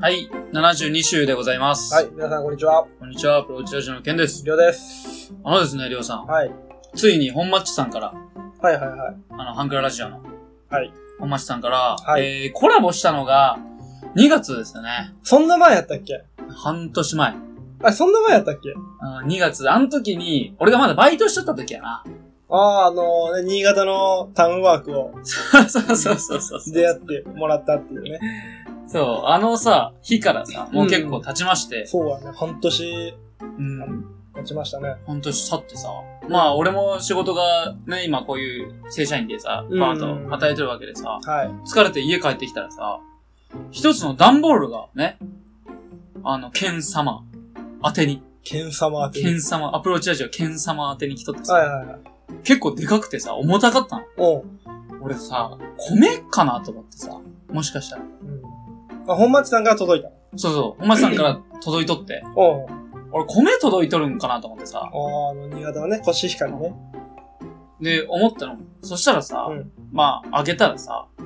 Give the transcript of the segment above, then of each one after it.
はい、72週でございます。はい、皆さんこんにちは。こんにちは、アプローチラジオのケンです。りょうです。あのですね、りょうさん。はい。ついに、本マッチさんから、はいはいはい。あの、ハンクララジオの。はい。本マッチさんから、はいえー、コラボしたのが、2月ですよね。そんな前やったっけ半年前。あ、そんな前やったっけあの2月、あの時に、俺がまだバイトしとった時やな。 ああ、あのね、新潟のタウンワークをそうそうそうそうそう。出会ってもらったっていうね。そう、あのさ、日からさ、もう結構経ちまして、そうやね、半年うん、経ちましたね。半年経ってさ、まあ俺も仕事がね、今こういう正社員でさ、うんバーッと働いてるわけでさ、はい。疲れて家帰ってきたらさ、一つの段ボールがね、あの、ケン様宛てに、ケン様ってケいう。ン様、アプローチラジオケン様宛てに来とってはいさ、はいはい。結構でかくてさ、重たかったの。おう。俺さ、米かなと思ってさ、もしかしたら。うん。あ、本町さんから届いた。そうそう、お前さんから届いとって、おう。俺米届いとるんかなと思ってさ、あーあの、新潟のね、コシヒカリね。で、思ったの。そしたらさ、うんまあ、あげたらさ、あー、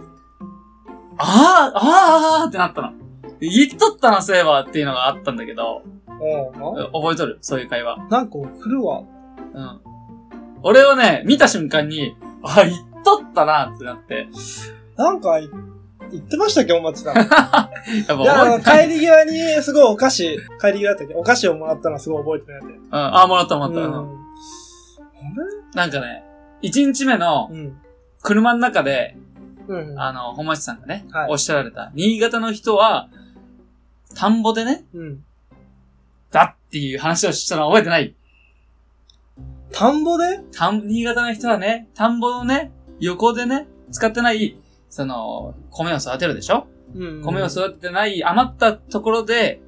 あー、あーってなったの。言っとったな、そういえばっていうのがあったんだけど、おう。覚えとるそういう会話。あなんか来るわ。うん。俺をね、見た瞬間に、あ、言っとったなってなって。なんか、い言ってましたっけ、本町さん。やっぱいや、あの、覚えてない。帰り際に、すごいお菓子、帰り際だったっけお菓子をもらったのはすごい覚えてないんで。うん、あ、もらったもらった。ううんん。なんかね、一日目のうん。車の中で、うん。あの、本町さんがね、はいおっしゃられた。新潟の人は、田んぼでね、うん。だっていう話をしたのは覚えてない。田んぼで田ん、新潟の人はね、田んぼのね、横でね、使ってない、その、米を育てるでしょ、うん米を育ててない、余ったところで、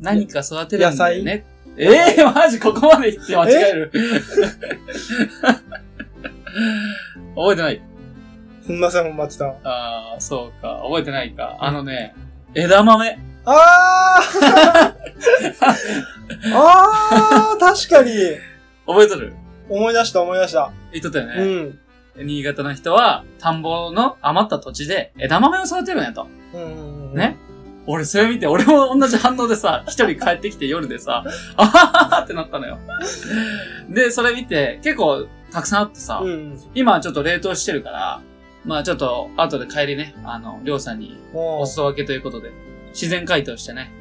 何か育てるんだよね。ええー、マジここまで言って間違える。 覚えてない。すみません、本町さん。ああ、そうか。覚えてないか。あのね、枝豆。あー あー確かに覚えとる思い出した、思い出した。言っとったようね。ん。新潟の人は、田んぼの余った土地で枝豆を育てるんやと。うん。ね。俺、それ見て、俺も同じ反応でさ、 一人帰ってきて夜でさ、あはははってなったのよ。で、それ見て、結構、たくさんあってさ、うん。今ちょっと冷凍してるから、まあちょっと、後で帰りね、あの、りょうさんにもお裾分けということで、自然解凍してね、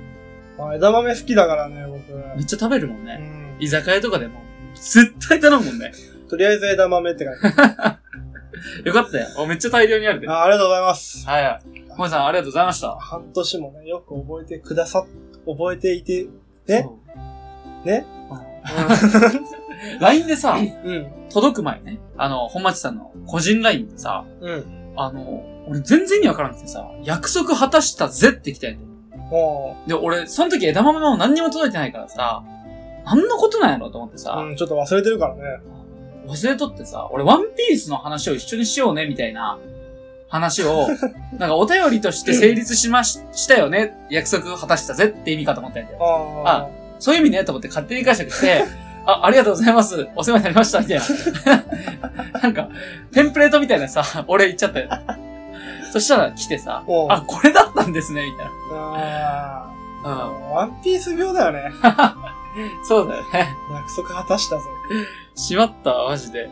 うん。あ枝豆好きだからね、僕。めっちゃ食べるもんうね。ん。居酒屋とかでも、絶対頼むもんね。とりあえず枝豆って感 じ。よかったよ。おめっちゃ大量にあるで。はいあありがとうございます。はい。もえさん、ありがとうございました。半年もね、よく覚えてくださ、覚えていて、ねそうねうん ?LINE でさ、うん。届く前ね、あの、本町さんの個人 LINE でさ、うん。あの、俺全然意味わからなくてさ、約束果たしたぜって来たんだよ。おうで、俺、その時枝豆も何にも届いてないからさ、何のことなんやろと思ってさ、うん、ちょっと忘れてるからね。忘れとってさ、俺ワンピースの話を一緒にしようね、みたいな話を、なんかお便りとして成立しまし、したよね、約束果たしたぜって意味かと思ったんだよ。あそういう意味ね、と思って勝手に解釈して、あ、ありがとうございます。お世話になりました、みたいな。 なんか、テンプレートみたいなさ、俺言っちゃったよ。そしたら来てさ、おうあ、これだったんですね、みたいあ。ああ。な。ワンピース病だよね。うん。そうだよね。約束果たしたぜ。しまったわ、マジで。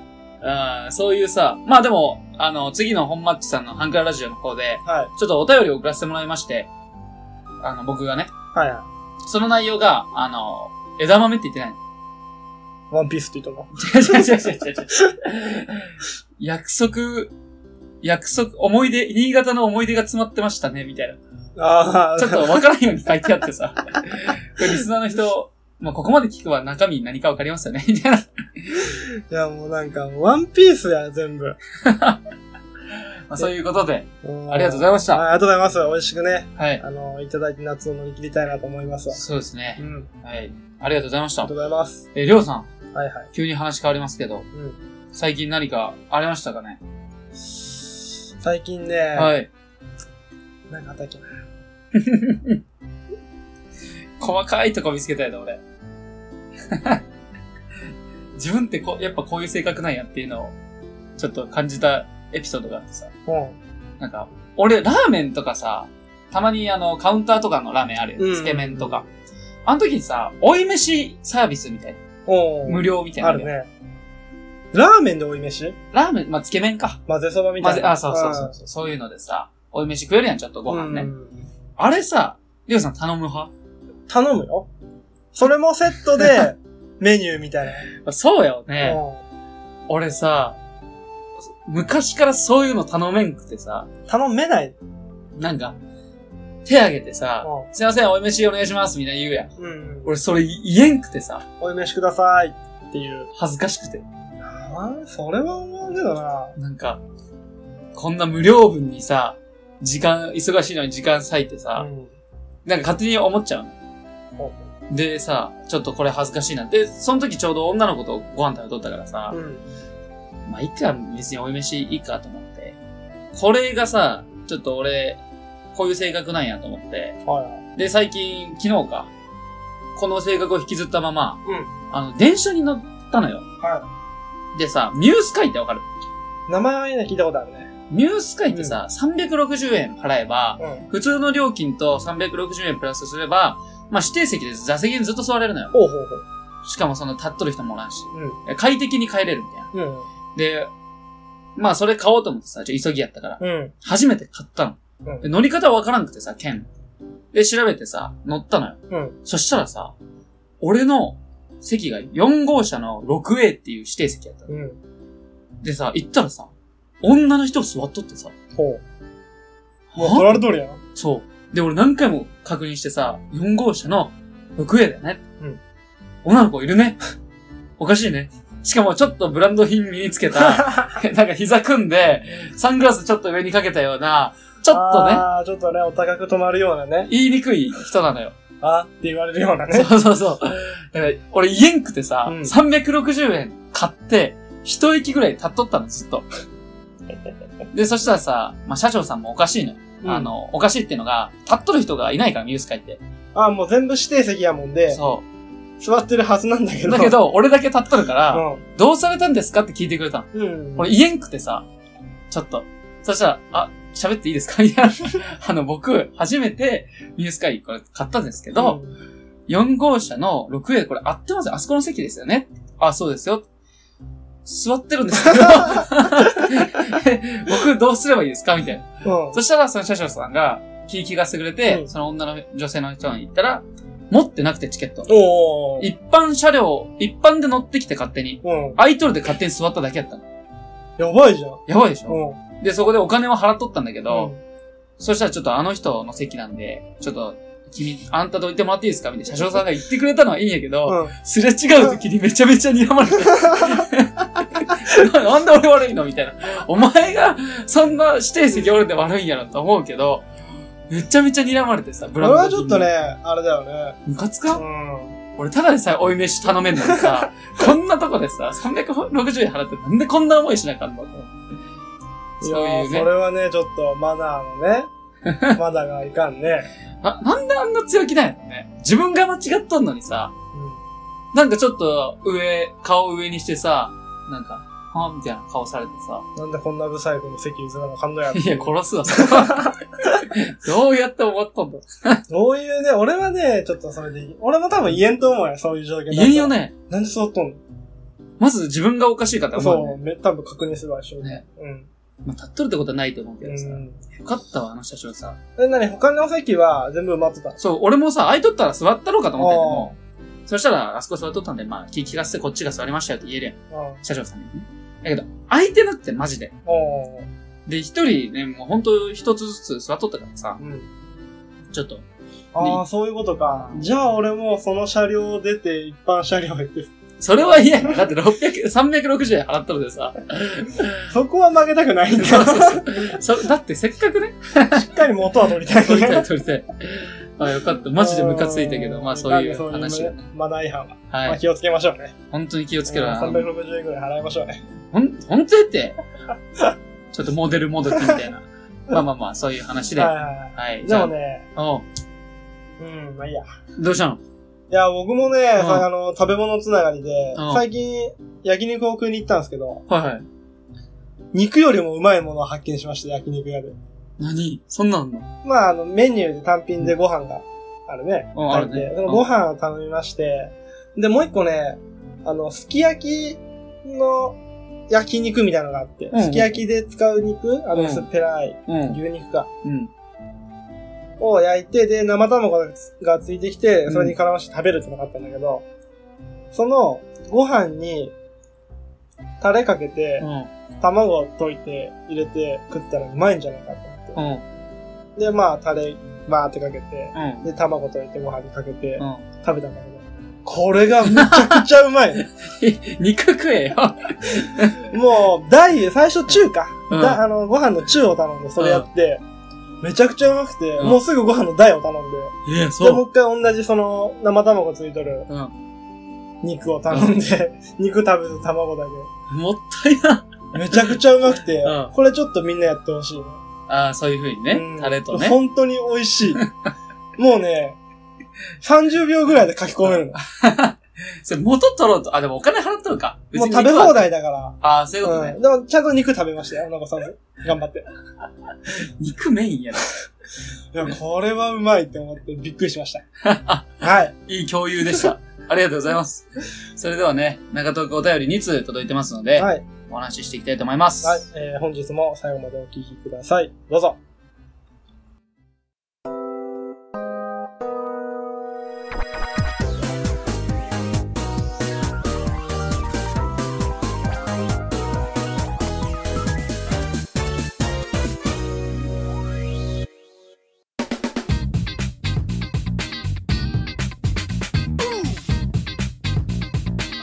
うん、そういうさ、まあでも、あの、次の本マッチさんのハンクララジオの方で、はい。ちょっとお便りを送らせてもらいまして、あの、僕がね、はいはその内容が、あの、枝豆って言ってないのい。ワンピースって言ったの違う違う違う違う違う。約束、約束、思い出、新潟の思い出が詰まってましたね、みたいな。ああ。ちょっとわからんように書いてあってさ。これリスナーの人、まあ、ここまで聞くは中身何かわかりますよね、みたいな。 いや、もうなんか、ワンピースや、全部。あまあ、そういうことで、りありがとうございましす。た。ありがとうございます。美味しくね、はい。あの、いただいて夏を乗り切りたいなと思いますわ。そうですうね。ん。はい。ありがとうございましありがたとう。ございます。え、りょうさん、はいはい。急に話変わりますけど、うん。最近何かありましたかね最近ね、はい。なんかあったっけな。細かいとこ見つけたいな、俺。 自分ってこうやっぱこういう性格なんやっていうのを、ちょっと感じたエピソードがあってさ。うん。なんか、俺、ラーメンとかさ、たまにあの、カウンターとかのラーメンあるうよ。んつけ麺とか。あの時にさ、追い飯サービスみたいな。おー無料みたいな。ある。ね。ラーメンで追い飯ラーメン、まあ、つけ麺か。混ぜそばみたまいず、な。あ、そうそうそうそう。そういうのでさ、追い飯食えるやん、ちょっとごうん。飯ね。うんあれさ、りょうさん頼む派頼むよ。それもセット で、メニューみたいそうよな。ね。う俺さ、昔からそういうの頼めんくてさ、ん頼めない。なんか、手挙げてさ、うすいません、お飯お願いします、みたいな言うやん。んうん。俺それ言えんくてさ、おい飯くださいっていう。恥ずかしくて。あーそれは思うけどな。なんか、こんな無料分にさ、時間、忙しいのに時間割いてさ、うんなんか勝手に思っちゃうのほでさ、ちょっとこれ恥ずかしいな。で、その時ちょうど女の子とご飯食べとったからさ、うん。まあ、いくら別にお飯いいかと思って。これがさ、ちょっと俺、こういう性格なんやと思って。はで、最近、昨日か。この性格を引きずったまま、うんあの、電車に乗ったのよ。はでさ、ミュース会ってわかるい。名前はね、聞いたことあるね。ミュース会ってさ、360円払えば、うん。普通の料金と360円プラスすれば、まあ、指定席で座席にずっと座れるのよ。おうほうしかもその立っとる人もおらんし。ほう。快適に帰れるみたいな。うん。うん。で、まあ、それ買おうと思ってさ、ちょ、急ぎやったから。うん。初めて買ったの。うんで乗り方わからんくてさ、券。で、調べてさ、乗ったのよ。うん。そしたらさ、俺の席が4号車の 6A っていう指定席やったの。うん。でさ、行ったらさ、女の人座っとってさ、ほう。もうは取られとるやん。そう。で、俺何回も確認してさ、4号車の 6A だよね。うん。女の子いるね。 おかしいね。しかもちょっとブランド品身につけた、 なんか膝組んで、サングラスちょっと上にかけたような、ちょっとね、ああ、ちょっとね、お高く止まるようなね。言いにくい人なのよ。あーって言われるような ね。そうそうそう。だから俺言えんくてさ、うん360円買って、一息ぐらい経っとったの、ずっと。で、そしたらさ、まあ、社長さんもおかしいのよ。うんあ、の、おかしいっていうのが、立っとる人がいないから、ミュース会って。あーもう全部指定席やもんで、そ座ってるはずなんだう。けど。だけ、ど、俺だけ立っとるから、うどうされたんですかって聞いてくれたの。ん。うん。俺言えんくてさ、ちょっと。そしたら、あ、喋っていいですかみたいな。 あの、僕、初めて、ミュース会これ買ったんですけど、うん4号車の 6A、これ合ってますあそこの席ですよねあ、そうですよ。座ってるんですけど、 僕どうすればいいですかみたいな。うん。そしたら、その車掌さんが聞い気が優れて、うんその女の女性の人に言ったら、持ってなくてチケット。おー。一般車両、一般で乗ってきて勝手に。うん。アイドルで勝手に座っただけやったの。やばいじゃん。やばいでしょ、うん。で、そこでお金を払っとったんだけど、そしたらちょっとあの人の席なんで、ちょっと、君、あんたどいてもらっていいですかみたいな。車掌さんが言ってくれたのはいいんやけど、うん。すれ違う時にめちゃめちゃ睨まれて。 なんで俺悪いのみたいな。お前がそんな指定席おるんで悪いんやろと思うけど、めちゃめちゃ睨まれてさ、ブこラれンドはち品ょにっとね、。あれだよね。ムカつうかん。俺ただでさえ追い飯頼めんのに さ、こんなとこでさ、360円払ってなんでこんな思いしなかったのそういやーうそねれ。はね、ちょっとマナーの ね、マナーがいかんね。な、なんであんな強気なんやろね。自分が間違っとんのにさ、なんかちょっと上、顔を上にしてさ、なんか、はぁみたいな顔されてさ、うんなんでこんなブサイクの席譲らなあかんのやろいや、殺すわ、それ はどうやって終わったんだそういうね、俺はね、ちょっとそれでいい。俺も多分言えんと思うよ、そういう状況だったら言えんよ。ね。なんでそうとんのまず自分がおかしいかと思うそねう、。め多分確認するわ、一緒に。ねうん。まあ、立っとるってことはないと思うけうどさ。ん。よかったわ、あの社長さ。え、なに、他の席は全部埋まってたのそう、俺もさ、空いとったら座ったろうかと思ったんやけどもそしたら、あそこ座っとったんで、まあ、気利かせてこっちが座りましたよって言えるやん。うん。社長さんにね。だけど、空いてなくて、マジで。おー。で、一人ね、もうほんと一つずつ座っとったからさ、うん。ちょっと、ああ、そういうことか。じゃあ俺もその車両出て一般車両行って、それは嫌やな。だって600、360円払ったので さ、 そこは負けたくないんだ。そうしそだってせっかくね、っかり元は取り たい。撮りたい撮りたい。あ、よかった。マジでムカついたけど、んまあそういなんかう話がね。マナー違反は。まはあい。気をつけましょうね。本当に気をつけろ。うんあの360円ぐらい払いましょうね。ほん、本当やって。ちょっとモデル戻ってみ たいな。まあまあまあ、そういう話で。はいは。はいはいい。じでゃもあ、ね、おううん、まあいいや。どうしたのいや、僕もね、んさあの、食べ物つながりでうん、最近、焼肉を食いに行ったんですけど、はいはい。肉よりもうまいものを発見しました、焼肉屋で。何そんなんあんのまあ、あの、メニューで単品でご飯があるね。うんあるねってうんそのご飯を頼みまして、で、もう一個ね、あの、すき焼きの焼肉みたいなのがあって、うんすき焼きで使う肉、あうの、ん薄っぺらいうん。牛肉か、うん。を焼いて、で、生卵がつがついてきてう、んそれに絡まして食べるってのがあったんだけど、その、ご飯に、タレかけてう、ん。卵を溶いて、入れて食ったらうまいんじゃないかとう思ん。って。で、まあ、タレ、バーってかけて、うん。で、卵といてご飯にかけてうん。食べたんだけど、これがめちゃくちゃうま い。肉食え よ。もう、大、最初中か。うんだあの、ご飯の中を頼んで、それやって、めちゃくちゃうまくて、うんもうすぐご飯の大を頼んで、ええ、で、もう。一回同じその、生卵ついとるうん。肉を頼んで、 肉食べず卵だもったいな。け。めちゃくちゃうまくて、うんこれちょっとみんなやってほしいね。ああ、そういう風にうね。んタレとね。本当に美味しい。もうね、30秒ぐらいで書き込める の。それ元取ろうと。あ、でもお金払っとるか。もう食べ放だ。題だから。ああ、そういうことうね。ん。でも、ちゃんと肉食べましたよ、なんかさん。頑張って。い肉メインやな。や、これはうまいって思ってびっくりし ました。はい。いい共有で した。ありがとうございます。それではね、中東区お便り2通届いてますので、はい。お話ししていきたいと思います。はい。えー本日も最後までお聞きください。どうぞ。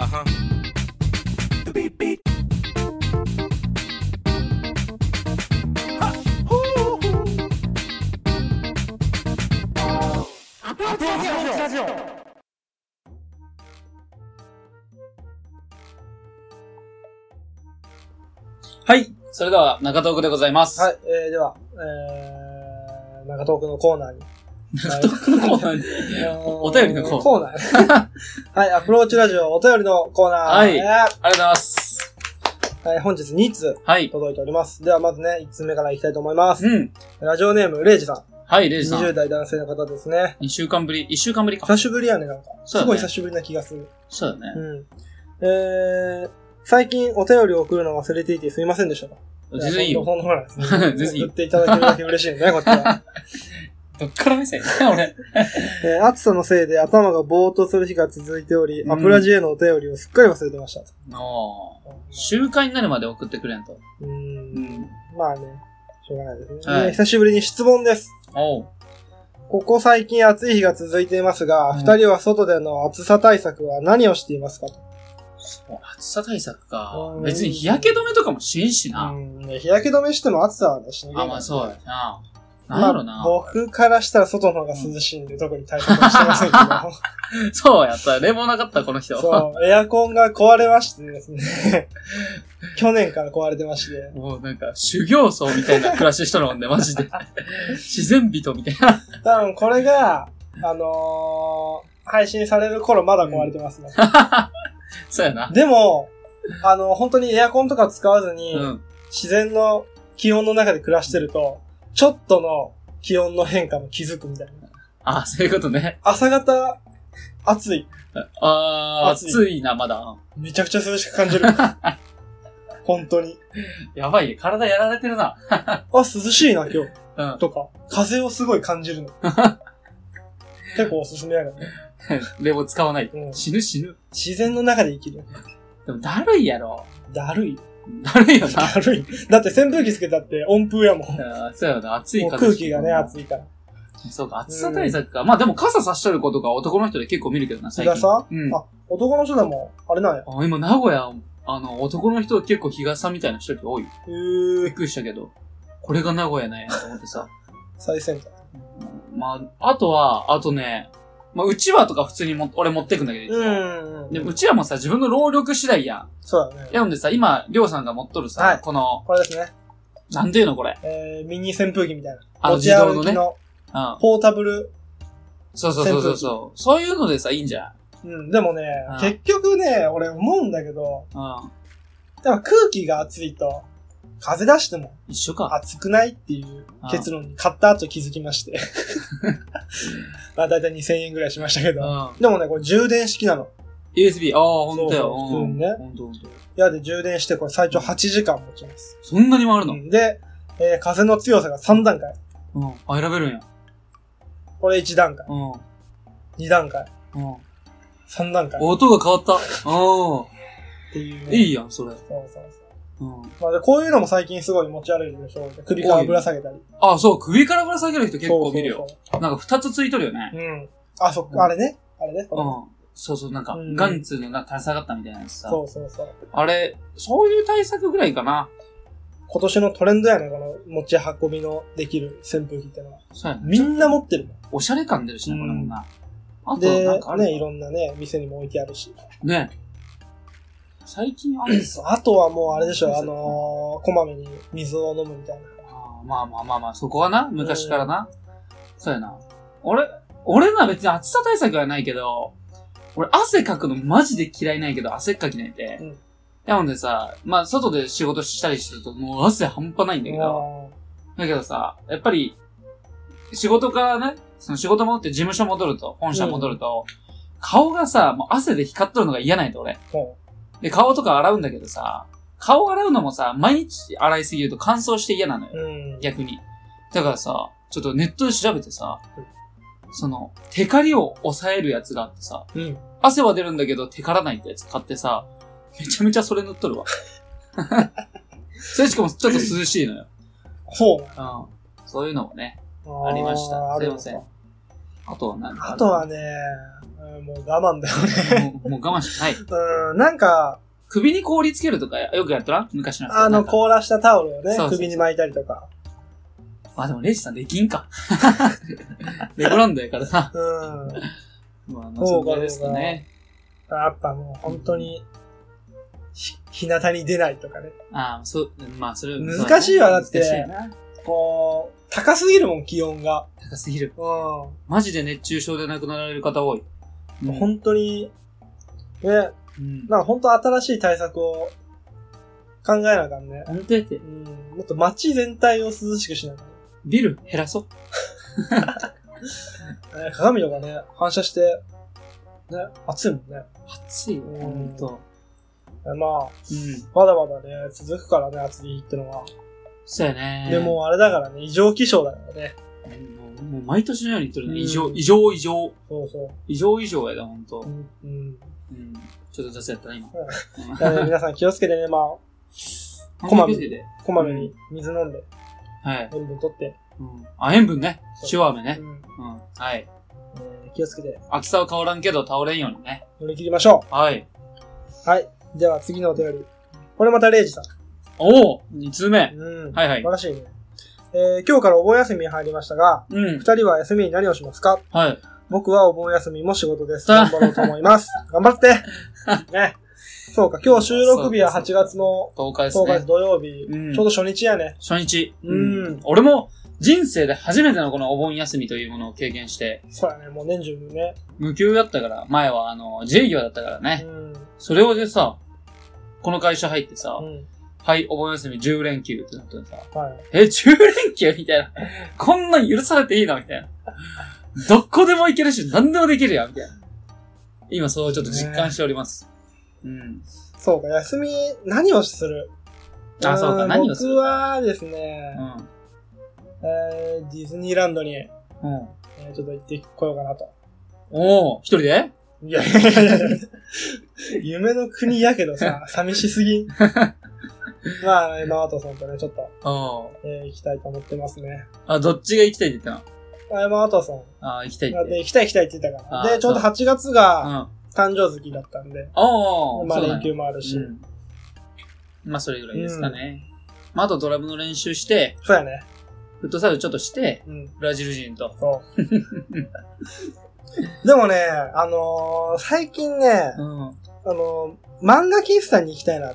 Uh-huh. はい。それでは、中東区でございます。 はい。えーでは、えー、中東区のコーナーに。中東このコーナーにお便りのコーナーコーナー。 はい。アプローチラジオお便りのコーナー。はいえーありがとうございます。はい。本日2通はい。届いております。では、まずね、1通目からいきたいと思います。うん。ラジオネーム、レイジさん。はい、レイジさん20。代男性の方ですね。 2週間ぶり、1週間ぶりか。久しぶりやね、なんか。そうすだねごい久しぶりな気がする。そうだね。うん。えー、最近お便りを送るの忘れていてすいませんでしたと。全然いいよ。ほんとほん とほんとほん全と然いい送っていただけるだけ嬉し いね、こっちは。どっから目 線俺。えー暑さのせいで頭がぼーっとする日が続いており、うんアプラジへのお便りをすっかり忘れてましたと。の集会になるまで送ってくれんと。う。うんん。まあね、しょうがないですね。はいえー久しぶりに質問です。おう。ここ最近暑い日が続いていますが、うん二、人は外での暑さ対策は何をしていますかと暑さ対策かう。ん別に日焼け止めとかもしんしな。うんね、日焼け止めしても暑さはね、しのげなあ、いまあそうやな。なんやろな。僕からしたら外の方が涼しいんで、特に対策はしてません けそうやった。冷房なかった、この人 ど。。そう、エアコンが壊れましてですね。 去年から壊れてまして。もうなんか、修行僧みたいな暮らししとるもんね、マジ で。自然人みたいな。 多分これが、あのー配信される頃まだ壊れてますね。そうやな。でも、あの、本当にエアコンとか使わずに、うん。自然の気温の中で暮らしてると、ちょっとの気温の変化も気づくみたいな。あ、そういうことね。朝方、暑い。あー、暑い暑いな、まだ。めちゃくちゃ涼しく感 じる。本当に。やばいね。体やられてるな。あ、涼しいな、今日。うん。 とか、風をすごい感じるの。結構おすすめやからね。冷房使わない。うん死ぬ死ぬ。自然の中で生きる。でも、だるいやろ。だるい。だるいよな。だるい。だって扇風機つけたって温風やもん。もあーそうやな。暑いう風空気がね、い。暑いから。そうか、暑さ対策か。まあでも傘差しとる子とか男の人で結構見るけどな、日最近。傘うん。あ男の人でも、あれなんや。あ、今名古屋、あの、男の人結構日傘みたいな人って多い。えびっー、くりしたけど、これが名古屋なんやと思ってさ。最先端。まあ、あとは、あとね、まあ、うちわとか普通にも、俺持ってくんだけど、いつうもんうんでもうん。うちらもさ、自分の労力次第やそうだん。ね。やんでさ、今、りょうさんが持っとるさ、はいこの、これですね。なんていうのこれ。えー、ミニ扇風機みたいあな。の持ち歩自動きののうん。ポータブル。そうそうそうそうそう。そういうのでさ、いいんじゃうん。でもねうん、結局ね、俺思うんだけど、ん。うん。やっぱ空気が暑いと、風邪出しても一緒か。暑くないっていう結論に買った後気づきまして。 まあだいたい2000円ぐらいしましたけど。うん。でもね、これ充電式なの。 USB、ああ、ほんとよ。そうそううん。ねほんとほんと。いやで充電してこれ最長8時間持ちます。そんなに回るのうんで、えー風の強さが3段階。うん。あ、選べるんや。これ1段階、うん。 2段階、うん。 3段階っ音が変わった。あていうあ。ね。いいやん、それ。そうそうそう。うん。まあで、こういうのも最近すごい持ち歩いてる人多いんで首からぶら下げたり。あ、そう、首からぶら下げる人結構見るよ。そうそうなんか二つついとるよね。そう。うん。あ、そっうんか、あれね。あれね。こうれん。そうそう、なんかう、んガンツのなんか垂れ下がったみたいなやつさ。そうそうそう。あれ、そういう対策ぐらいかな。今年のトレンドやね、この持ち運びのできる扇風機ってのは。そうやね。みんな持ってるもん。おしゃれ感出るしね、うこんれもな。あと、でなんかあ、れね、いろんなね、店にも置いてあるし。ね。最近あるさ。あとはもうあれでしょ、あのー、こまめに水を飲むみたいな。あーまあまあまあまあ、そこはな、昔からな。そうやな。俺、俺な別に暑さ対策はないけど、俺汗かくのマジで嫌いないけど、汗っかきないで。うんなのでさ、まあ外で仕事したりしてるともう汗半端ないんだけど、だけどさ、やっぱり、仕事からね、その仕事戻って事務所戻ると、本社戻ると、顔がさ、もう汗で光っとるのが嫌ないと俺。もで、顔とか洗うんだけどさ、顔洗うのもさ、毎日洗いすぎると乾燥して嫌なのよ。う、うん。逆に。だからさ、ちょっとネットで調べてさ、その、テカリを抑えるやつがあってさ、うん。汗は出るんだけどテカらないってやつ買ってさ、めちゃめちゃそれ塗っと るわ。それしかもちょっと涼しいのよ。そううん。そういうのもね、あありました。すいるのまかせん。あとは何かあとはね、うんもう我慢だよね。 もう、もう我慢しかない。うん、なんか、首に氷つけるとかよくやっとらん昔の人あなの、んか凍らしたタオルをねそうそう、そう首に巻いたりとか。まあでもレイジさんできん か。レゴランドやからな。うん。まあまあそんぐらいですかね。やっぱもう本当に、ひ、日向に出ないとかね。ああ、そう、まあそれ難しいわだって難しいよなこう、高すぎるもん、気温が。高すぎる。うん。マジで熱中症で亡くなられる方多い。うん本当に、ね、うん。なんか本当新しい対策を考えなあかんね。本当やってう、ん。もっと街全体を涼しくしなあかんビル減らそう。ね鏡とかね、反射して、ね、暑いもんね。暑いよ、うんほんと。まあ、うん。まだまだね、続くからね、暑い日ってのは。そうやね。で、もあれだからね、異常気象だからね。うん、もうもう毎年のように言ってるね。うん異常、異常、異常。そうそう。異常、異常やで、ほんとう。ん。うん、うん。ちょっと雑やったな、今。だからね皆さん気をつけてね、まあ、こまめにで。こまめに水飲んで、はい。塩分取って、うん。あ、塩分ね。そう塩飴ねう。んうん。はい。えー気をつけて暑さは変わらんけど倒れんようにね。乗り切りましょはい。う。はい。では次のお便り。これまたレイジさん。おお !2 通目。うん。はいは素い晴。らしいね。えー今日からお盆休みに入りましたが、うん。二人は休みに何をしますかはい。僕はお盆休みも仕事です。あ頑張ろうと思 います。頑張ってね。そうか、今日収録日は8月の東海です10日ね。土曜日、うんちょうど初日やね。初日。うん俺も人生で初めてのこのお盆休みというものを経験して、そうやね、もう年中ね。無給だったから、前はあの、自営業だったからね。うん。それをでさ、この会社入ってさ、うん。はい、お盆休み10連休ってなってさ、はい。え、10連休みたいな。こんなん許されていいのみたいな。どこでも行けるし、何でもできるやん、みたいな。今、そうちょっと実感しております。うん。そうか、休み、何をするあそうかん何をする僕はですうね、ん。えーディズニーランドに、えうん。ーちょっと行ってこようかなと。おー、一人でいやいやいやいや夢の国やけ どさ、寂しすぎん。まあ、ね、マートさんとね、ちょっと、あえー行きたいと思ってますね。あ。あ、どっちが行きたいって言ったあマートさんのあー行きたいっが、て。で行きたい行きたいって言ったかあら。ーで、ちょうど8月うん。があ誕生月だったんで、あー、まあそうだね連休もあるし。うん、まあ、それぐらいですかね。まあ、あとドラムの練習して、そうやね。フットサルちょっとして、うん。ブラジル人と。そう。でもね、あのー最近ね、うん。はあのー漫画喫茶に行きたいな。い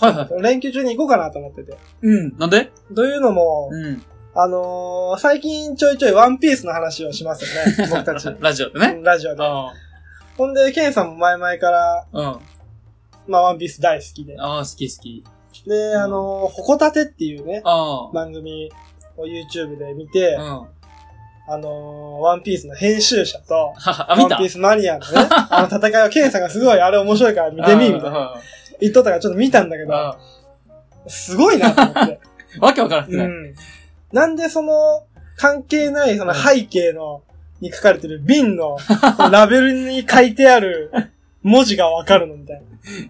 はい。連休中に行こうかなと思ってて。うん。なんでというのも、うん。あのー最近ちょいちょいワンピースの話をしますよ ね、僕たち。ラジオでね。ラジオで。あほんで、ケンさんも前々から、あ。うん。まあ、ワンピース大好きで。ああ、好き好き。で、あの、ホコタテっていうね、あ番組を YouTube で見て、あ。うん。あのー、ワンピースの編集者と、あ、ワ見ンたピースマニアの ね、あの戦いを、ケンさんがすごいあれ面白いから見てみ、みたいな。な。言っとったからちょっと見たんだけうんど、すごいなと 思って。わけわからんくうない。ん。なんでその、関係ないその背景の、に書かれてる瓶の、ラベルに書いてある文字がわかるのみたい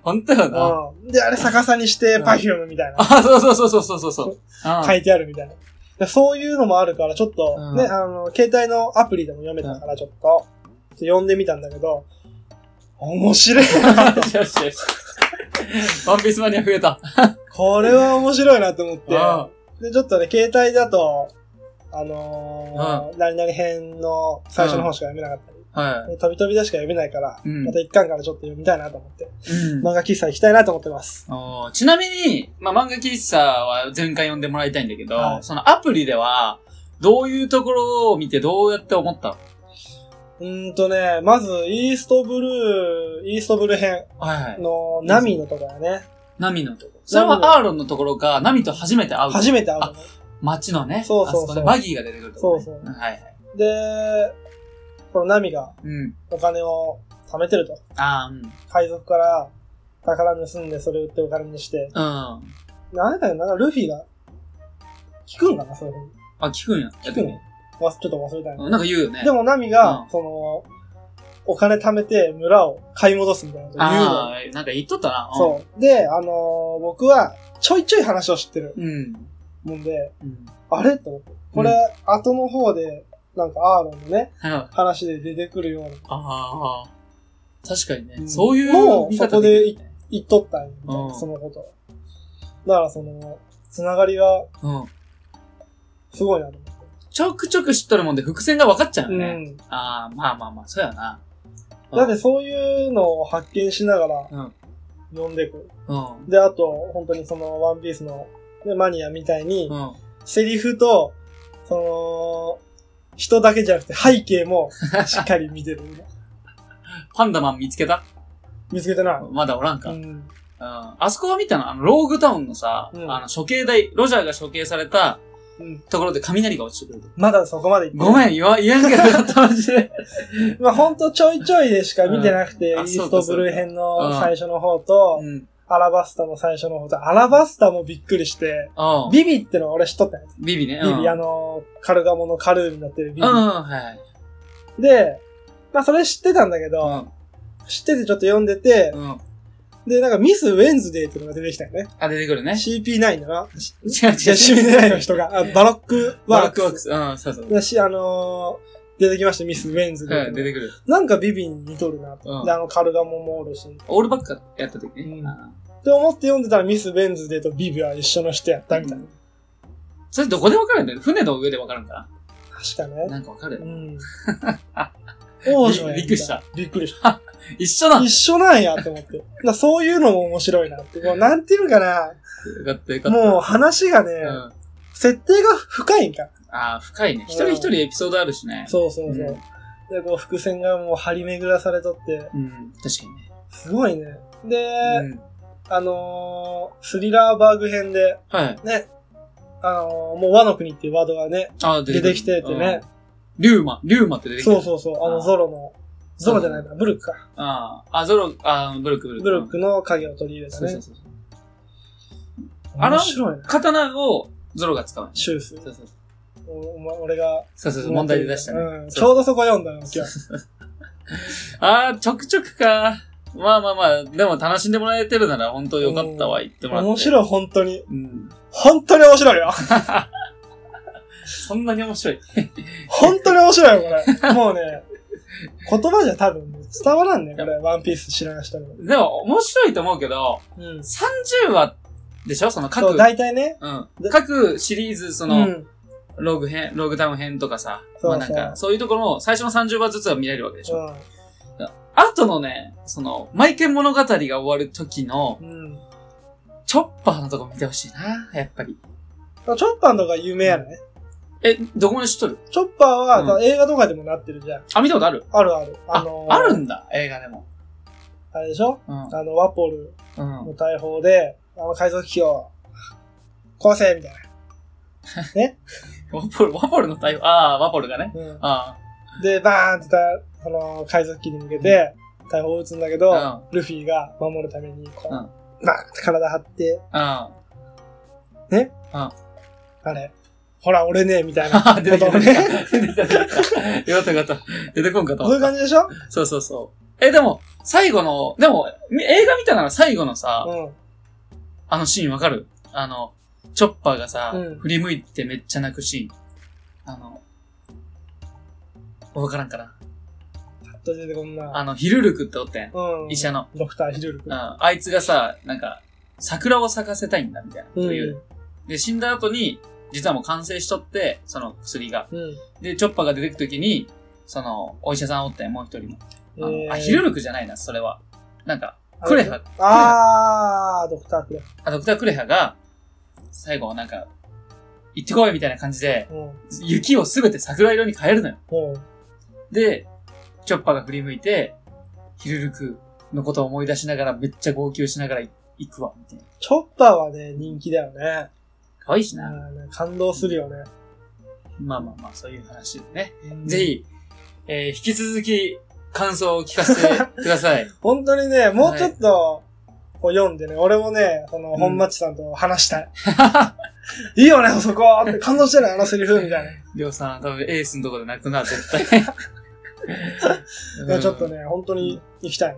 本当よな。な。うん。で、あれ逆さにして、うんパフュームみたいな、あ、そうそうそうそうそうそう。うん書いてあるみたいな。でそういうのもあるから、ちょっうと、んね、あの、携帯のアプリでも読めたから、ちょっと、ちょっと読んでみたんだけど、面白いな。 よしよしよし。ワンピースマニア増えた。これは面白いなと思って。あで、ちょっとね、携帯だと、あのー何々編の最初の方しか読めなかったり、あはで飛び飛びでしか読めないから、うんまた一巻からちょっと読みたいなと思って、い。うん漫画喫茶行きたいなと思ってます。おーちなみに、まあ、漫画喫茶は全巻読んでもらいたいんだけど、はいそのアプリでは、どういうところを見てどうやって思ったのうーんとね、まず、イーストブルー、イーストブルー編はいはい。のナミのとこだね。ナミのところ。それナミのはアーロンのところか、ナミと初めて会う。初めて会うのね。街のね、そうそうそうあこでバギーが出てくるところね、そうそはいはい。で、このナミがうん。お金を貯めてると。あー海賊から宝盗んでそれ売ってお金にして。うん。うん。あれだよ、なんかルフィが、聞くんかな、そういうふうに。あ、聞くんや。聞くのわちょっと忘れたんだけどうんなんか言うよね。でもナミが、うんその、お金貯めて村を買い戻すみたいなこと言うのあよ。あ、なんか言っとったな。んそう。で、あのー僕は、ちょいちょい話を知ってるうん。もんで、うん。あれと思って。これ、う後の方で、なんかアーロンのね、はいはい話で出てくるような、ああ。確かにね、うんそういうもう見方そこできるね言っとったんよみたいな、うんそのことをだからその、つながりがうん。すごいなと思って。ちょくちょく知っとるもんで伏線が分かっちゃうよね。うん。ああ、まあまあまあ、そうやな。だってそういうのを発見しながら、うん読んでくる。うん。で、あと、本当にその、ワンピースの、ねマニアみたいに、うん。セリフと、その、人だけじゃなくて背 景もしっかり見てる。パンダマン見つけた見つけてなまだおらんい。か。ううん。ん。あそこは見たのあの、ローグタウンのさ、うんあの、処刑台、ロジャーが処刑されたうん。ところで雷が落ちてくると。まだそこまで行ってごめん、言わ、言えんけど、かったマジ で。ん。まあ、ほんとちょいちょいでしか見てなくて、イうんあーストブルー編の最初の方と、うん。アラバスタの最初の方と、アラバスタもびっくりして、ああ。ビビってのは俺知っとったんやつ。ビビね。ビビ、あの。の、カルガモのカルーになってるビうん、ビ。はい。で、まあ、それ知ってたんだけうど、ん。知っててちょっと読んでて、うん。で、なんかミス・ウェンズデーってのが出てきたよね。あ、出てくるね。 CP9 だ違な。う違ういや、シミ違う。ュレーの 人が、あバロックワワーークワーククス。ス。うん、そうそう。私、あのー出てきました、ミス・ウェンうズん、出で。てくる。なんかビビに似とるなと。うんで、あの、カルガモもおるし。っオールバックやった時うね。んあて思って読んでたら、ミス・ウェンズデーとビビは一緒の人やっあたみたいな。それどこで分かるんだよ。船の上で分かるんかな。確かね。なんかわかる うん。王女やびびっくりした。びっくりした。一緒なん一緒なんやって思って。だからそういうのも面白いなって。こうなんていうのかな。よかったよかった。もう話がね、う、ん。設定が深いんか。ああ、深いね。一人一人エピソードあるしね。そうそうそう。うんで、こう、伏線がもう張り巡らされとっう。て、ん、確かにね。すごいね。で、うん。あのー、スリラーバーグ編で、はい。ね、あのー、もう和の国っていうワードがね、ああ、出てきててね、うん。リューマ、リューマって出てきてそうう。そうそう、ああのーゾロの、ゾロじゃないな、ブルックか。ああ、あゾロ、ああ、ブルック、ブルック。ブルックの影を取り入れたそうそねう。そう。あら面白いな。刀をゾロが使うね。シュースそう。そうそう。おお前俺が。そうそうそう、問題で出したね。うん。ちそうょうどそこ読んだの、今日。ああ、ちょくちょくか。まあまあまあ、でも楽しんでもらえてるなら本当よかったわ、言ってもらって。面い。白い、本当に。うん。本当に面白 いよ。そんなに面白い。本当に面白いよ、これ。もうね、言葉じゃ多分ね伝わらんね、これ。ワンピース知らない人にも。でも面白いと思うけど、うん。 30話でしょその各、そう、大体ね。うんで。各シリーズ、そうの、ん。ログ編、ログタウン編とかさ、そうそうまあなんか、そういうところを最初の30話ずつは見られるわけでしょ。後のね、その、マイケン物語が終わる時のう、ん。うん。チョッパーのとこ見てほしいな、やっぱり。チョッパーのとか有名やね。え、どこまで知っとるチョッパーは、うんだから映画とかでもなってるじゃん。あ、見たことあるあるある。あ、あのーあるんだ、映画でも。あれでしょうん。あの、ワポルうん。の大砲で、あの改造機器を、こうせみたいな。ワポル、ワポルの対応。ああ、ワポルがね。うんあで、バーンってた、その、海賊機に向けて、大砲を撃つんだけど、うんルフィが守るために、こう、うんバーンって体張って、あ、あれ、ほら、俺ね、みたいな。うん。出てきた、こと出てね。きた、出てきた。よかったよかった。出てこんかとそう思いうっ感た。じでしょそうそうそう。え、でも、最後の、でも、み映画見たなら最後のさ、うん。あのシーンわかるあの、チョッパーがさ、うん振り向いてめっちゃ泣くシーン。あの、わからんかな。パッと出てこんな。あの、ヒルルクっておったやん。うん。医者の。ドクターヒルルう君ん。。あいつがさ、なんか、桜を咲かせたいんだ、みたいな。という。で、死んだ後に、実はもう完成しとって、その薬が。うん。うん。で、チョッパーが出てくときに、その、お医者さんおったよ、もう一人の。あのえーあ、ヒルルクじゃないな、それは。なんか、クレハ、あー、ドクタークレハ。あ、ドクタークレハが、最後なんか、行ってこいみたいな感じで、うん。雪をすべて桜色に変えるのよ。うん。で、チョッパーが振り向いて、ヒルルクのことを思い出しながら、めっちゃ号泣しながらい行くわ、みたいな。チョッパーはね、人気だよね。可愛いしうな。ん感動するよね。まあまあまあ、そういう話でね。ぜ。ひ、えー、引き続き、感想を聞かせてくだ さい。本当にね、もうちょっと、こう読んでね、俺もね、そうの、ん本町さんと話し たい。 いいよね、そこって感動してるあのセリフみたいな。りょうさん、多分エースのとこで泣くな、絶対。 いやちょっとね。ね、本当に行きたい。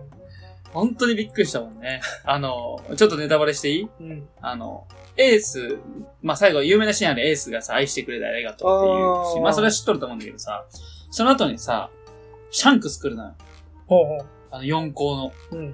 本当にびっくりしたもんね。あの、ちょっとネタバレしていいうん。あの、エース、まあ、最後、有名なシーンあるエースがさ、愛してくれてありがとうっていうシーンあーまあ、それは知っとると思うんだけどさ、その後にさ、シャンクス来るのよ。ほうほあの、4校の。う。うん。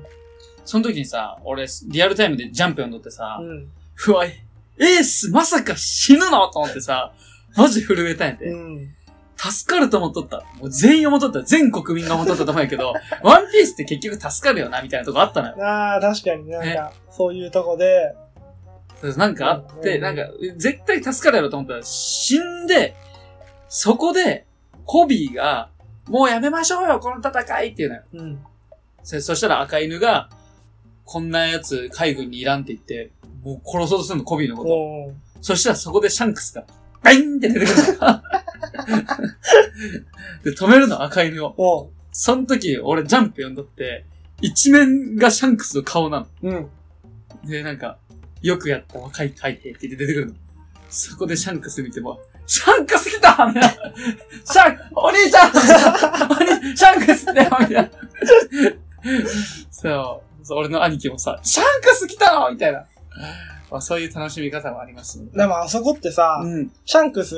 その時にさ、俺、リアルタイムでジャンプ読んどってさ、うん。うわ、エースまさか死ぬのと思ってさ、マジ震えたんやて。うん。助かると思っとった。もう全員思っとった。全国民が思っとったと思うんやけど、ワンピースって結局助かるよな、みたいなとこあったのよ。ああ、確かになんか、そういうとこで、そうなんかあっうんうんうて、んなんか、絶対助かるやろと思ったら、死んで、そこで、コビーが、もうやめましょうよ、この戦いっていうのよ。うん。そそしたら赤犬が、こんなやつ海軍にいらんって言って、もう殺そうとするの、コビーのこと。おうそしたらそこでシャンクスが、バインって出てくるの。 で、止めるの、赤犬を。おうその時、俺ジャンプ読んどって、一面がシャンクスの顔なうん。の。で、なんか、よくやった若い海兵って言って出てくるの。そこでシャンクス見ても、シャンクス来たみ たいなシャン、お兄ちゃん お兄シャンクス来たよみたいな。そう。そう俺の兄貴もさ、シャンクス来たのみたいな。まあ、そういう楽しみ方もありますね。でもあそこってさ、うん。シャンクス、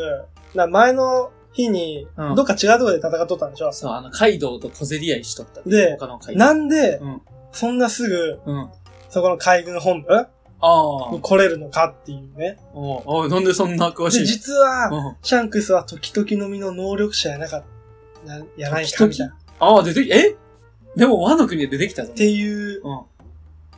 な前の日に、うんどっか違うとこで戦っとったんでしょ、そう、あの、カイドウと小競り合いしとった。で他のカイドウ。なんで、うんそんなすぐ、うん。あそこの海軍本部あに。来れるのかっていうね。おうおうなんでそんな詳しいで、の実は、うんシャンクスは時々のみの能力者やなかった、なやないかみたいな。っああ、出てき、えでも、和の国で出てきたぞ。ていううん。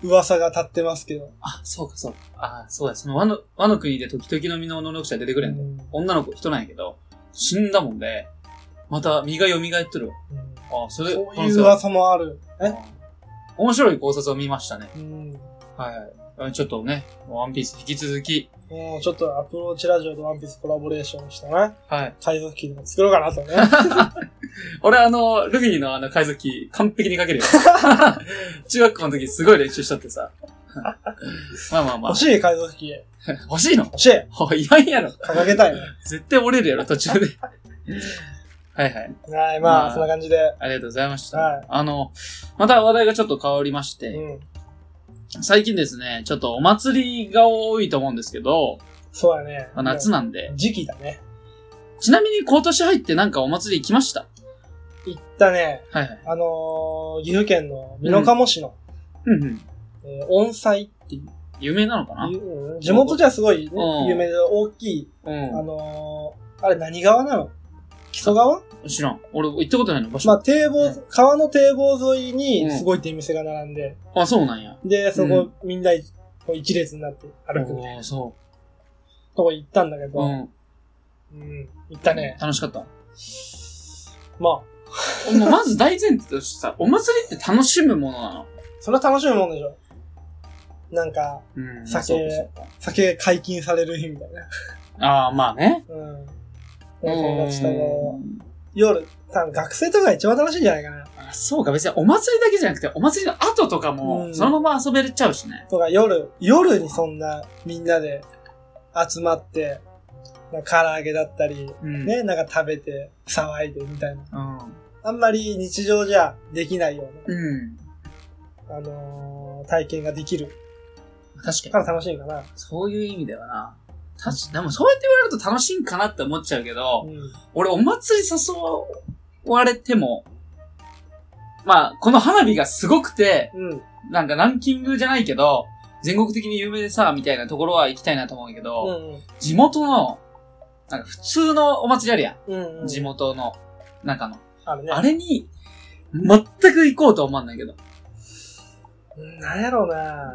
噂が立ってますけど。あ、そうか、そうか。ああ、そうだ、その和の、和の国で時々の身の能力者出てくれんの、うん女の子、人なんやけど、死んだもんで、また身が蘇っとるわ。うんああ、それ、そう可能いう性は噂もある。うんえ面白い考察を見ましたね。うん。はいはい。ちょっとね、ワンピース引き続き、もうちょっとアプローチラジオとワンピースコラボレーションしたね。はい。海賊機でも作ろうかなとね。 俺、あの、ルフィのあの、海賊記、完璧に書けるよ。中学校の時、すごい練習しとってさ。まあまあまあ欲し。い海賊機。欲欲しいのしい。いらんやろ。掲げたいね。絶対折れるやろ、途中で。はいはい。はい、ままああ、そんな感じで。ありがとうございました。はいあの、また話題がちょっと変わりましうて、ん。最近ですね、ちょっとお祭りが多いと思うんですけど、そうだねま。あ夏なんで、時期だね。ちなみに今年入ってなんかお祭り行きました行ったね、はいはい。あのー、岐阜県の美濃加茂市の、うんうん。えー温祭っていう有名なのかなうん地元じゃすごい、ねうん有名で大きい、うあのー、あれ何川なの木曽川ん。知らん。俺行ったことないの、場所。まあ、堤防、うん川の堤防沿いにうんすごい出店が並んで、あ、そうなんや。で、そこう、みんな一こう一列になって歩くみたいおーそなとこ行ったんだけう。ど、うん。うん、行ったね。楽しかった。もまあ、うまず 大前提としてさ、お祭りって楽しむものなの。それは楽しむもんでしょ。なんか、うん。酒そうかそうか酒解禁される日みたいな。ああ、まあね。うん。う友達とも、ん夜、多分学生とかが一番楽しいんじゃないかな。あそうか、別にお祭りだけじゃなくて、お祭りの後とかうも、んそのまま遊べれちゃうしね。とか夜、夜にそんなみんなで集まって、なんか唐揚げだったり、うん。ね、なんか食べて、騒いでみたいな。うん。あんまり日常じゃできないよううん。な、あのー体験ができる確かかに。ら楽しいかな。そういう意味ではな。確かでもそうやって言われると楽しいんかなって思っちゃうけど、うん。俺お祭り誘われても、まあ、この花火がすごくて、うん。なんかランキングじゃないけど、全国的に有名でさ、みたいなところは行きたいなと思うけど、うん地元の、なんか普通のお祭りあるやん。うん。うん。地元の中の。あるね。あれに、全く行こうとは思わんないけど。うんなんやろうな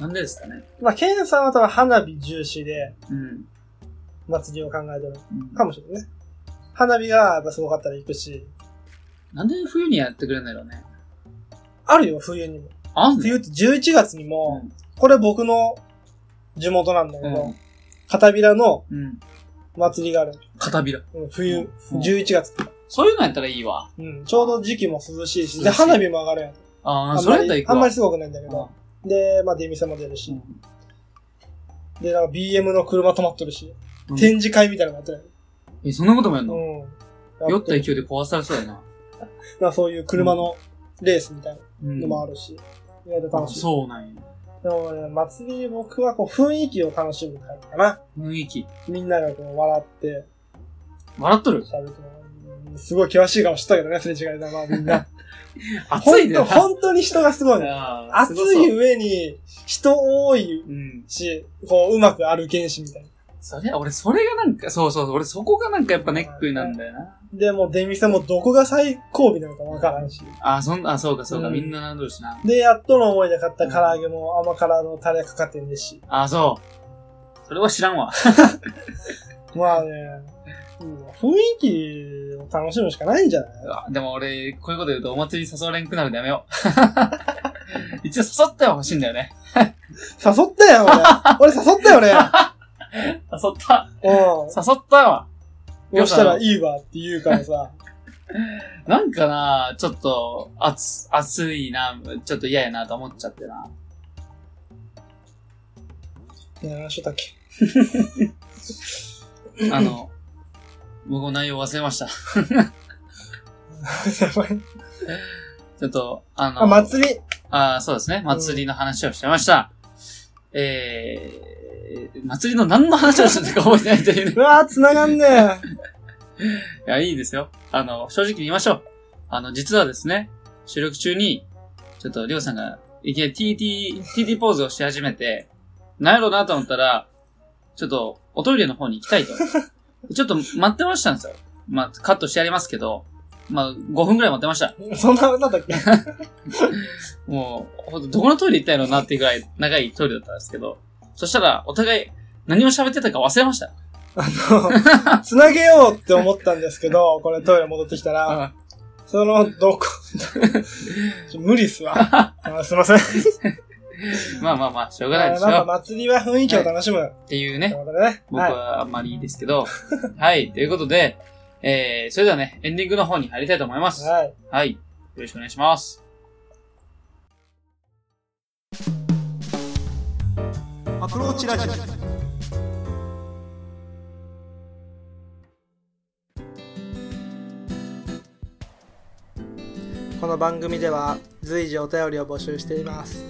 なんでですかね。まあ、ケンさんは多分花火重視でうん。祭りを考えてるかもしれないね。花火がやっぱすごかったら行くし、なんで冬にやってくれないだろうね。あるよ、冬にも。あんの冬って11月にも、これ僕の地元なんだけうど、ん。片平のうん。祭りがある。片びら。うん冬、うん11月、そういうのやったらいいわ。うん。ちょうど時期も涼しいし、で、涼しい花火も上がるやん。あああ、んそれまやったらり行、くあわ。んまりすごくないんだけど。で、まあ、出店も出るし。で、なんか BM の車止まっとるし、うん展示会みたいなのもやってるえ、そんなこともやんやのん。うん。酔った勢いで壊されそうやな。まあ、そういう車のレースみたいなうんのもあるし、意外と楽しい。そうなんや。でもね、祭り僕はこう雰囲気を楽しむタイプかな。雰囲気。みんながこう笑って、笑っとる。喋ってうんすごい険しい顔してたけどね、すれ違いだまあみんな。暑いで。ほんと本当に人がすごいの。あー暑い。上に、人多いすごそううん。し、こう、うまく歩けんし、みたいな。それ、俺、それがなんか、そうそうそう、俺そこがなんかやっぱネックになんだよな。で、もう出店もどこが最後尾なのかわからんし。あ、そんあ、そうか、そうか、うんみんななんどしな。で、やっとの思いで買った唐揚げも甘辛のタレかかってんですし。あ、そう。それは知らんわ。まあね、うん雰囲気を楽しむしかないんじゃないうわでも俺、こういうこと言うとお祭り誘われんくなるのやめよう。 一応誘っては欲しいんだよね。誘ったよ、俺。俺誘ったよね。誘った。うん。誘ったわ。そしたらいいわって言うからさ。なんかな、ちょっと、暑、暑いな、ちょっと嫌やなと思っちゃってな。いや、何しとったっけあ の、僕も内容忘れました。やばいちょっと、あの、あ、祭り。あーそうですね。祭りの話をしてました。えー、祭りの何の話をしてたか覚えてないというねう。わー、繋がんねえ。いや、いいですよ。あの、正直に言いましょう。あの、実はですね、収録中に、ちょっとりょうさんが、いきなり TT、TT ポーズをし始めて、なんやろうなと思ったら、ちょっと、おトイレの方に行きたいと。 ちょっと待ってましたんですよ。まあ、カットしてやりますけど、まあ、5分くらい待ってました。そんな、なんだっけもう、ほんとどこのトイレ行ったんやろうなっていうぐらい長いトイレだったんですけど、そしたら、お互い、何を喋ってたか忘れました。あの、つなげようって思ったんですけど、 これトイレ戻ってきたら、あその、どこ、ちょ無理っすわ。あすいません。まあまあまあ、しょうがないやでっしょぱ。祭りは雰囲気を楽しむ。っていうとねいう、ことでね。僕はい。はあんまりいいですけど。はい。ということで、えー、それではね、エンディングの方に入りたいと思います。はい。はい。よろしくお願いします。アプローチラジオ。この番組では随時お便りを募集しています。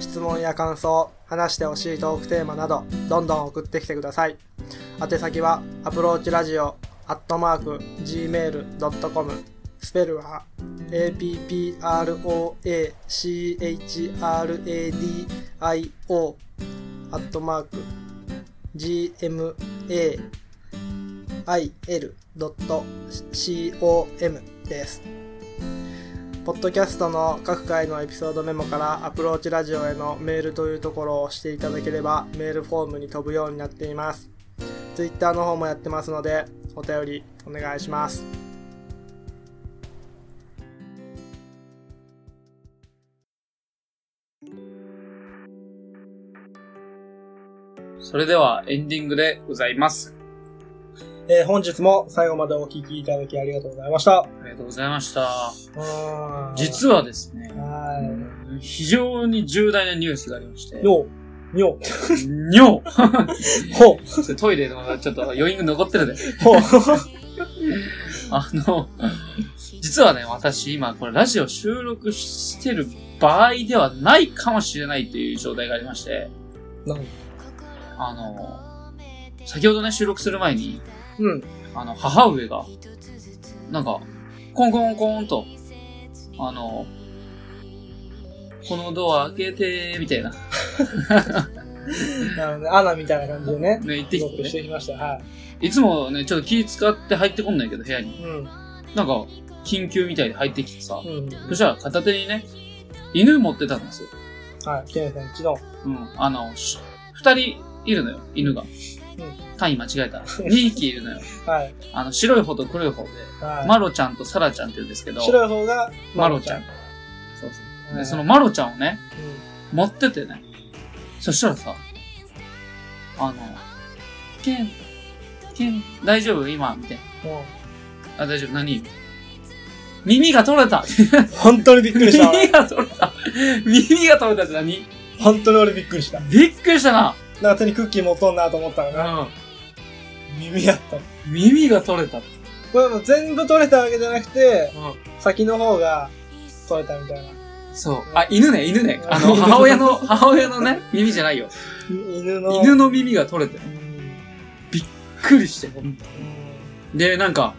質問や感想、話してほしいトークテーマなど、どんどん送ってきてください。宛先は、アプローチラジオ、アットマーク、gmail.com、スペルは、approachradio アットマーク gmail.com です。ポッドキャストの各回のエピソードメモからアプローチラジオへのメールというところを押していただければメールフォームに飛ぶようになっています。ツイッターの方もやってますのでお便りお願いします。それではエンディングでございます。えー本日も最後までお聞きいただきありがとうございました。ありがとうございました。うん実はですね、は非常に重大なニュースがありましてい。、よう、よ尿 う、ほう、それトイレのちょっと余韻が残ってるで。ほう。あの、実はね、私今これラジオ収録してる場合ではないかもしれないという状態がありまして、なんあの、先ほどね、収録する前に、うん。あの、母上が、なんか、コンコンコンと、あの、このドア開けて、みたいな、なるほどね。アナみたいな感じでね。ね、言ってノきてックねし。てきました。はいつもね、ちょっと気使って入ってこんないけど、部屋に。い。うん。なんか、緊急みたいで入ってきてさ。うん。そしたら片手にね、犬持ってたんですよ。はい。ケンさんちの。うん。あの、し二人いるのよ、犬が。単位間違えた。二匹いるのよ。はい。あの、白い方と黒い方で、はい。マロちゃんとサラちゃんって言うんですけど、白い方が、マロちゃん。。そうそう。で、そのマロちゃんをね、持っててね。そしたらさ、あの、ケン、ケン、大丈夫今みたいうん。もう、な。あ、大丈夫何耳が取れた本当にびっくりした。耳が取れた耳が取れたって何本当に俺びっくりした。びっくりしたななんか手にクッキー持っとんなと思ったらな。う耳やった。ん。耳が取れた。うん。これも全部取れたわけじゃなくて、先の方が取れたみたいな。そう。あ、犬ね、犬ね。 あの、母親の、母親のね、耳じゃないよ。犬の。犬の耳が取れて。びっうんくりして。で、なんか、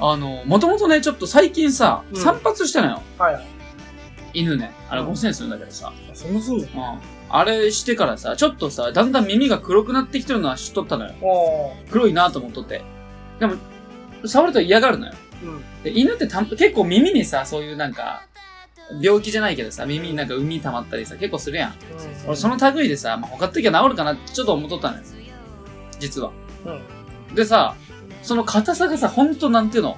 あの、もともとね、ちょっと最近さ、うん散髪したのよ。はいはい。犬ね。あれうん5000円するんだけどさ。そんなすんのうん。あれしてからさ、ちょっとさ、だんだん耳が黒くなってきてるのは知っとったのよ。おー。黒いなと思っとって。でも、触ると嫌がるのよ。うん。で、犬ってたん結構耳にさ、そういうなんか、病気じゃないけどさ、耳になんか海溜まったりさ、結構するやん。俺その類でさ、まあ、他の時は治るかなってちょっと思っとったのよ。実は。うん。でさ、その硬さがさ、ほんとなんていうの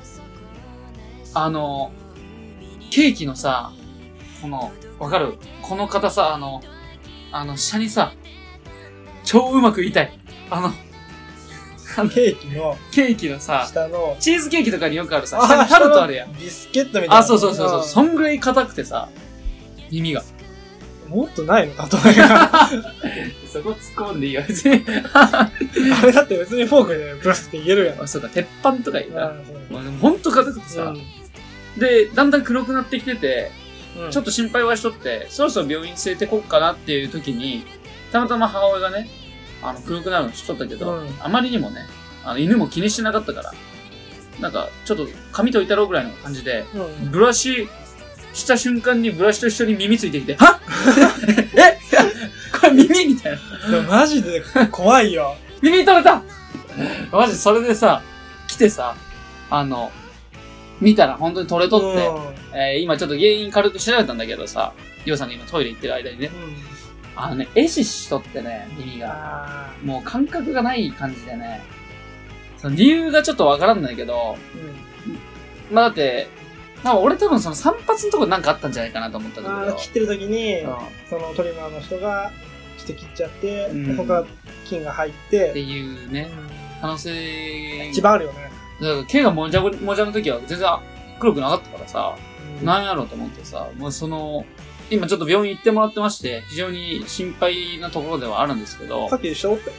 あの、ケーキのさ、この、わかるこの硬さ、あの、あの、下にさ、超うまく言いたい。あの、 ケーキのケーキのさ、下の、チーズケーキとかによくあるさ、下にタルトあるやん。。ビスケットみたいな。あ、そうそうそうそう、そんぐらい硬くてさ、耳が。うん。もっとないの例えが。そこ突っ込んでいいよ、別に。あれだって別にフォークでブスって言えるや ん。あそうか、鉄板とか言うな。うんそうもうでもほんと硬くてさ、で、だんだん黒くなってきてて、うんちょっと心配はしとって、そろそろ病院連れてこっかなっていう時に、たまたま母親がね、あの、黒くなるの知っとったけど、うんあまりにもね、あの、犬も気にしてなかったから、なんか、ちょっと髪といたろうぐらいの感じで、うん。ブラシした瞬間にブラシと一緒に耳ついてきて、は えこれ耳みたいな。でもマジで怖いよ。耳取れたマジ、それでさ、来てさ、あの、見たら本当に取れとって、えー今ちょっと原因軽く調べたんだけどさ、りょうさんが今トイレ行ってる間にねう、ん。うん。あのね、壊死しとってね、耳が。あもう感覚がない感じでね、その理由がちょっとわからんないけど、ーうまあだって、まあ俺多分その散髪のとこなんかあったんじゃないかなと思ったんん。だあけーど切ってる時に、うん、っそのトリマーの人が、ちょっと切っちゃって、うん他から菌が入ってて、いううね、ん可能性、一番あるよね。だから毛がもじゃごもじゃの時は全然黒くなかったからさ、なんやろうと思ってさ、もうその、今ちょっと病院行ってもらってまして、非常に心配なところではあるんですけどさ、っき一緒おったよ。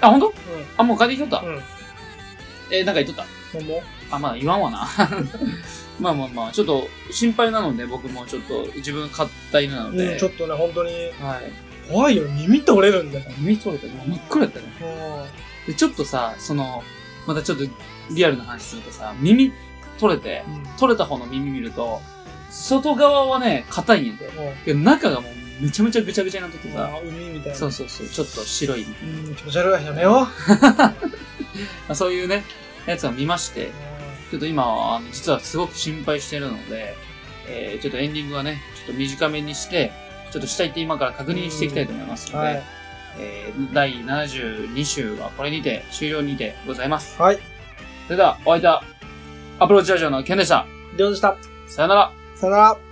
あ、本当？あ、もう帰ってきとったうん。うん。えーなんか言っとったほんまあ、まあ言わんわな。 まあまあまあ、ちょっと心配なので、僕もちょっと自分買った犬なので。うん、ちょっとね、本当に、はい。怖いよ、耳取れるんだよ。見とれたね。真っ黒やったね。で、ちょっとさ、その、またちょっとリアルな話するとさ、耳取れて、うん。取れた方の耳見ると、外側はね、硬いんやで。もういや中がもうめちゃめちゃぐちゃぐちゃになっててさ、あー海みたいな。そうそうそう、ちょっと白い。うん、気持ち悪い。やめよまあ、そういうね、やつを見ましてう。、ちょっと今は、あの実はすごく心配してるので、えー、ちょっとエンディングはね、ちょっと短めにして、ちょっとしたいって今から確認していきたいと思いますので、はい。えー、第72週はこれにて終了にてございます。はい。それでは、お相手は、アプローチラジオのケンでした。りょうでした。さよなら。さよなら。